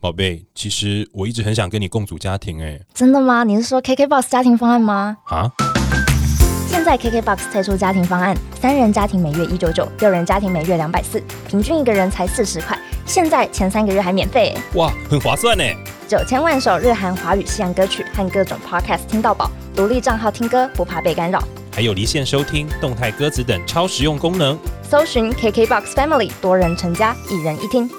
宝贝，其实我一直很想跟你共组家庭、欸，真的吗？你是说 KKBOX 家庭方案吗？哎，啊，现在 KKBOX 推出家庭方案，三人家庭每月一九九，六人家庭每月两百四，平均一个人才四十块。现在前三个月还免费耶，哇，很划算呢、欸九千万首日韩华语西洋歌曲和各种 podcast 听到饱，独立账号听歌不怕被干扰。还有离线收听、动态歌词等超实用功能。搜寻 KKBOX Family 多人成家，一人一听。